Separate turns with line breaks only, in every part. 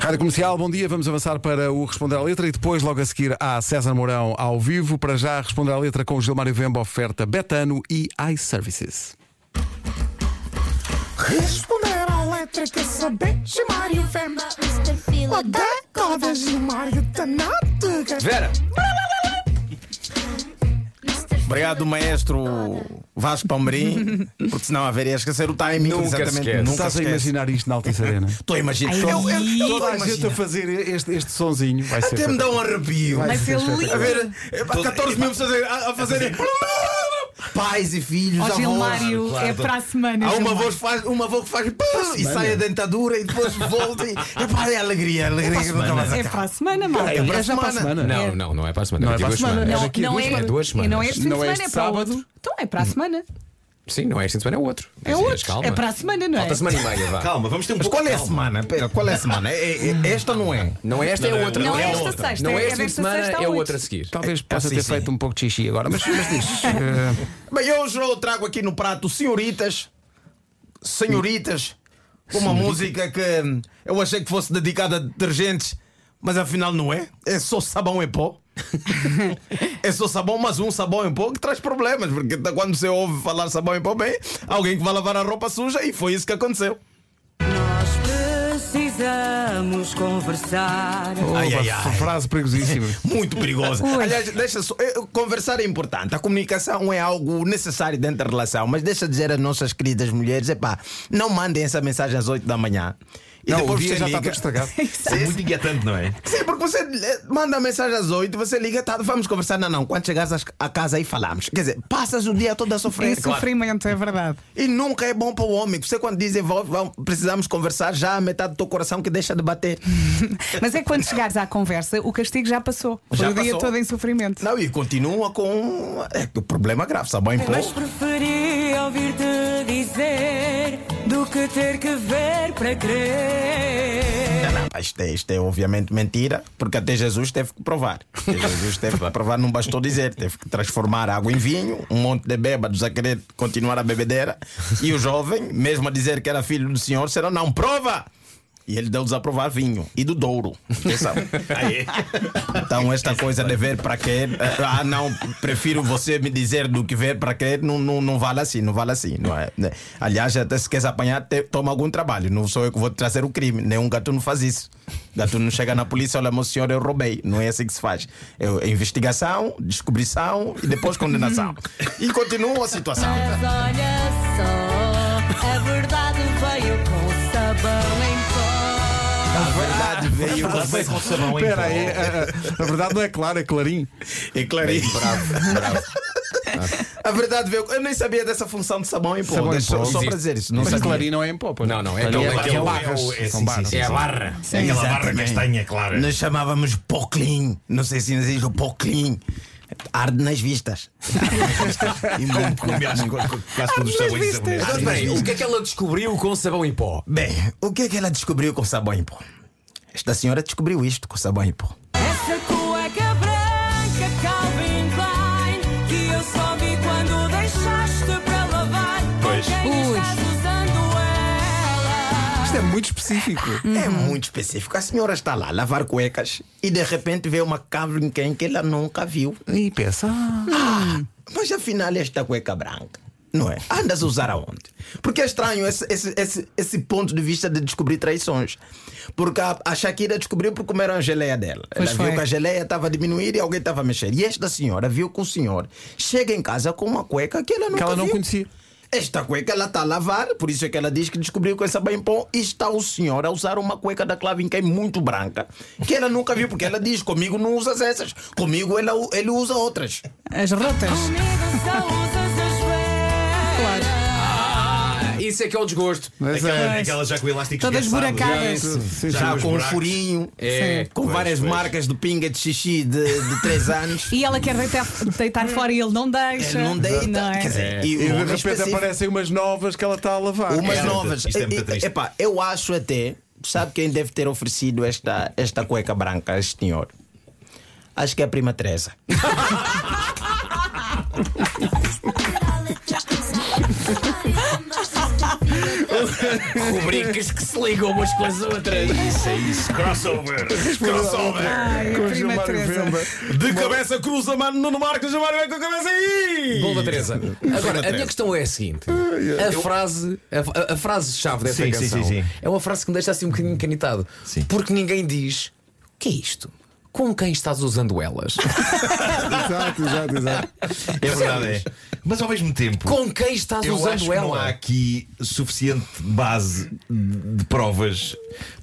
Rádio Comercial, bom dia. Vamos avançar para o Responder à Letra e depois, logo a seguir, há César Mourão ao vivo. Para já, Responder à Letra com o Gilmário Vemba, oferta Betano e iServices.
Responder à letra quer saber Gilmário Vemba O decoda Gilmário da Nádega
Vera! Obrigado, maestro Vasco Palmeirim, porque senão haveria esquecer o timing.
Nunca
exatamente.
esquece.
Nunca
Estás a
esquece.
imaginar isto na Altice Arena?
Estou a imaginar.
Ai,
Eu- eu-
ih.
eu-
Toda a
eu-
gente a fazer este, este sonzinho. Vai ser
Até me dá um arrepio.
Vai
Mas
ser
ele-
espetacular.
A ver, é pá, 14 mil pessoas a, a fazerem. Pais e filhos,
Ó
avós.
Gilmário, é para a semana.
Há uma
Gilmário.
voz que faz, uma voz que faz pum, e sai a dentadura e depois volta. E, epá, é alegria, alegria que nunca mais
É para a semana, malta.
É para a
já para a
semana.
semana.
Não,
É.
não, não é para a semana.
Não é
daqui a
para a
duas
semana.
semanas.
É
Não,
daqui a
não
duas
é,
semanas. É duas semanas.
não é este fim
Não
de
é
semana, é
este
para o
sábado.
outro. Então é para a semana.
Sim, não é esta semana, é outro.
É
hoje
outro. É para a semana, não é?
Falta semana e meia, vá.
Calma, vamos ter um
Mas
pouco
qual é a
de calma.
semana? Pera, qual é a semana? É- é- esta não é.
Não é esta, é outra.
Não é
a
esta
outra.
sexta,
Não
é
é esta
desta
semana,
sexta à
é
oito.
outra a seguir.
Talvez possa
assim,
ter
sim.
feito um pouco de xixi agora, mas, mas diz. Eh,
Bem, eu hoje eu trago aqui no prato senhoritas, senhoritas, com uma música que hum, eu achei que fosse dedicada a detergentes, mas afinal não é. É só sabão em pó. é só sabão, mas um sabão em pó que traz problemas, porque tá- quando você ouve falar sabão em pó, bem, alguém que vai lavar a roupa suja e foi isso que aconteceu.
Nós precisamos conversar.
Ai, ai,
Uma
ai.
frase perigosíssima.
Muito perigosa. Aliás, deixa só. eh, Conversar é importante. A comunicação é algo necessário dentro da relação. Mas deixa dizer às nossas queridas mulheres: epá, não mandem essa mensagem às 8 da manhã. E
Não, o
depois
dia
você
já está
liga.
todo estragado.
É muito inquietante, não é?
Sim, porque você eh, manda a mensagem às 8, você liga, tá, vamos conversar. Não, não. Quando chegares às- a casa aí falamos. Quer dizer, passas o dia todo a sofrer.
Em sofrimento, é verdade.
E nunca é bom para o homem. Você quando dizem "Vão- vão- precisamos conversar, já a metade do teu coração que deixa de bater.
Mas é que quando chegares à conversa, o castigo já passou. Foi
Já
o dia
passou.
todo em sofrimento.
Não, e continua com. É que o problema é grave, sabe? Bem
Mas
pouco.
preferia ouvir-te dizer do que ter que ver para crer.
Não, pá, isto, é, isto é obviamente mentira, porque até Jesus teve que provar. Até Jesus teve que provar, não bastou dizer, teve que transformar água em vinho, um monte de bêbados a querer continuar a bebedeira, e o jovem, mesmo a dizer que era filho do Senhor, será não, prova! E ele deu-lhes a provar vinho e do Douro. Atenção. Então, esta coisa de ver para quê? Ah, não, prefiro você me dizer do que ver para quê? Não, não, não vale assim, não vale assim. Não é? Né? Aliás, até se queres apanhar, te- toma algum trabalho. Não sou eu que vou te trazer o crime. Nenhum gatuno faz isso. Gatuno chega na polícia olha, meu senhor, eu roubei. Não é assim que se faz. É investigação, descobrição e depois condenação. E continua a situação.
Mas olha só, a verdade veio com sabão em
A verdade veio.
Mas bem com sabão, hein?
Espera aí, a, a- a verdade não é clara, é clarinho.
É claríssimo. A verdade veio. Eu nem sabia dessa função de sabão em pó.
Sabão em
Deixa-
pó.
Só
Existe.
para dizer isso. Não
Mas
sabia.
clarinho não é em pó, pois
Não, não, é
Clarinho
aquele-
é,
aquele-
é
É,
barras.
o- é,
São
sim,
barras.
sim, é a barra. É aquela barra
Exatamente.
castanha, claro.
Nós chamávamos Poclin. Não sei se ainda existe o Poclin. Arde nas vistas. e muito,
Como aliás,
muito.
co- co- quase todos os sabões japoneses.
Então, espera aí, o que é que ela descobriu com sabão em pó?
Bem, o que é que ela descobriu com sabão em pó? Esta senhora descobriu isto com sabão em pó.
pó. Essa cueca branca, Calvin Klein, que eu só vi quando deixaste para lavar.
Pois.
Com quem
Ui.
estás usando ela?
Isto é muito específico.
É muito específico. A senhora está lá a lavar cuecas e de repente vê uma Calvin Klein que ela nunca viu.
E pensa. ah,
Mas afinal, esta cueca branca, não é? Andas a usar aonde? Porque é estranho esse, esse, esse, esse ponto de vista de descobrir traições. Porque a, a Shakira descobriu por comer a geleia dela.
Pois
Ela
foi.
viu que a geleia estava a diminuir e alguém estava a mexer. E esta senhora viu que o senhor chega em casa com uma cueca que ela nunca
Que ela não
viu.
conhecia.
Esta cueca ela está a lavar, por isso é que ela diz que descobriu com essa bem pão. E está o senhor a usar uma cueca da Clavin que é muito branca, que ela nunca viu, porque ela diz: comigo não usas essas, comigo ela, ele usa outras.
As rotas.
Comigo só usas as velhas.
Ah.
Isso é que é o desgosto.
Mas
Aquela,
é.
aquela já com elásticos
Todas
esgarçados.
buracadas.
Sim, sim,
já
os
com um
buracos.
furinho,
É.
com
Pois,
várias
pois.
marcas de pinga de xixi de, de 3 anos.
E ela quer deitar, deitar fora e ele não deixa.
Ele não deita.
Não é?
Quer dizer,
E
e o
de
homem
repente
específico,
aparecem umas novas que ela está a lavar.
umas
É,
novas.
isto é muito
E- e-
triste.
epá, eu acho até, sabe quem deve ter oferecido esta, esta cueca branca a este senhor? Acho que é a prima Teresa.
é.
Rubricas que se ligam umas com as outras.
Isso é isso. Crossover.
Crossover.
Ai, a
Com
prima
Gilmar e
Teresa.
Vemba.
De cabeça cruza, mano, Nuno Marcos, Gilmar vem com a cabeça aí!
Boa, Teresa. Agora, a minha questão é a seguinte: a frase, a, a- a frase-chave dessa
Ah, Sim, sim,
canção
sim, sim.
é uma frase que me deixa assim um bocadinho canitado.
Sim.
Porque ninguém diz: o que é isto? Com quem estás usando elas?
Exato, exato, exato.
É verdade, é. Mas ao mesmo tempo.
Com quem estás
Eu
usando
acho que
ela?
não há aqui suficiente base de provas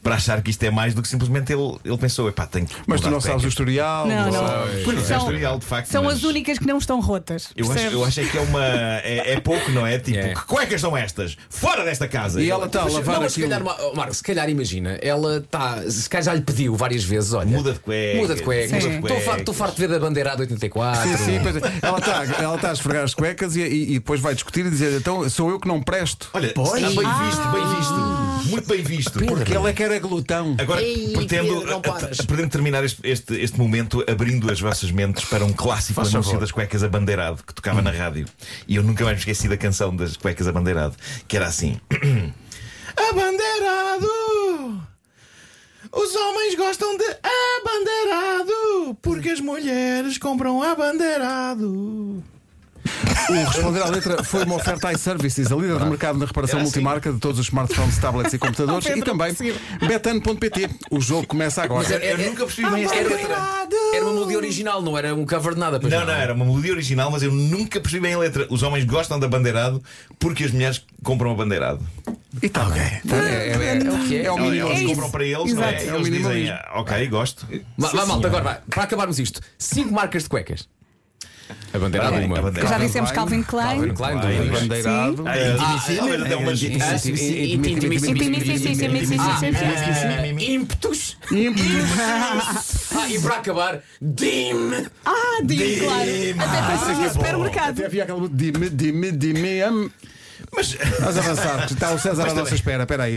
para achar que isto é mais do que simplesmente ele, ele pensou, epá, tenho que.
Mas tu
mudar
não
de
sabes o
técnica."
historial.
Não, não.
sabes.
Pois não sei o
São-
historial, de facto.
São
mas
as únicas que não estão rotas.
Eu acho,
percebes?
eu acho é que é uma. É, é pouco, não é? Tipo,
É.
que cuecas são estas? Fora desta casa!
E ela tá está a
Mas-
lavar
não, mas se
aquilo.
um-
calhar, Ma- oh, Marco, se calhar imagina, ela está. Se calhar já lhe pediu várias vezes: olha,
Muda de cuecas.
Muda de cuecas.
Sim.
Estou farto- Estou farto de ver da bandeirada 84.
Sim, sim, pois é. ela está ela tá a esfregar as cuecas e, e- e depois vai discutir e dizer: então sou eu que não presto.
Olha, está bem visto,
Ah.
bem visto. Muito bem visto.
Porque ela é que era glutão.
Agora
Ei,
pretendo,
Pedro, não
a-
paras.
a- pretendo terminar este, este, este momento abrindo as vossas mentes para um clássico do anúncio das cuecas abandeirado que tocava na rádio. E eu nunca mais me esqueci da canção das cuecas abandeirado, que era assim: Abandeirado! Os homens gostam de abandeirado porque as mulheres compram abandeirado.
O responder à letra foi uma oferta iServices, a líder de mercado na reparação
Era assim.
multimarca de todos os smartphones, tablets e computadores e também betano.pt. O jogo começa agora.
Mas é-
Eu nunca percebi bem esta
Era,
letra.
era uma melodia original, não era um cover de nada. pois
Não, não, era uma melodia original, mas eu nunca percebi bem a letra. Os homens gostam de abandeirado porque as mulheres compram abandeirado.
E tá bem.
É, é- é- é o que é.
É o mínimo.
Eles
isso.
compram para eles, não
Exato.
é?
É o
Eles dizem,
minimalismo.
"Ah, ok, gosto.
Vá, vá, malta, agora vai. Para acabarmos isto, cinco marcas de cuecas. A bandeira
Bem, a bandeira.
Já dissemos Calvin Klein.
Calvin Klein,
Klein,
duas.
Klein.
Bandeirado.
Ah, é difícil,
ah,
mas até uma
é
dica.
difícil.
Ah,
Ah,
ah, ímpetos. Ah, e para acabar, DIM!
Ah, digo, claro.
Ah,
Até
é
pensei no supermercado.
Até havia aquela. Dime, dime, dime. am-
Mas
Vamos avançar. Está o César à nossa espera. Espera aí.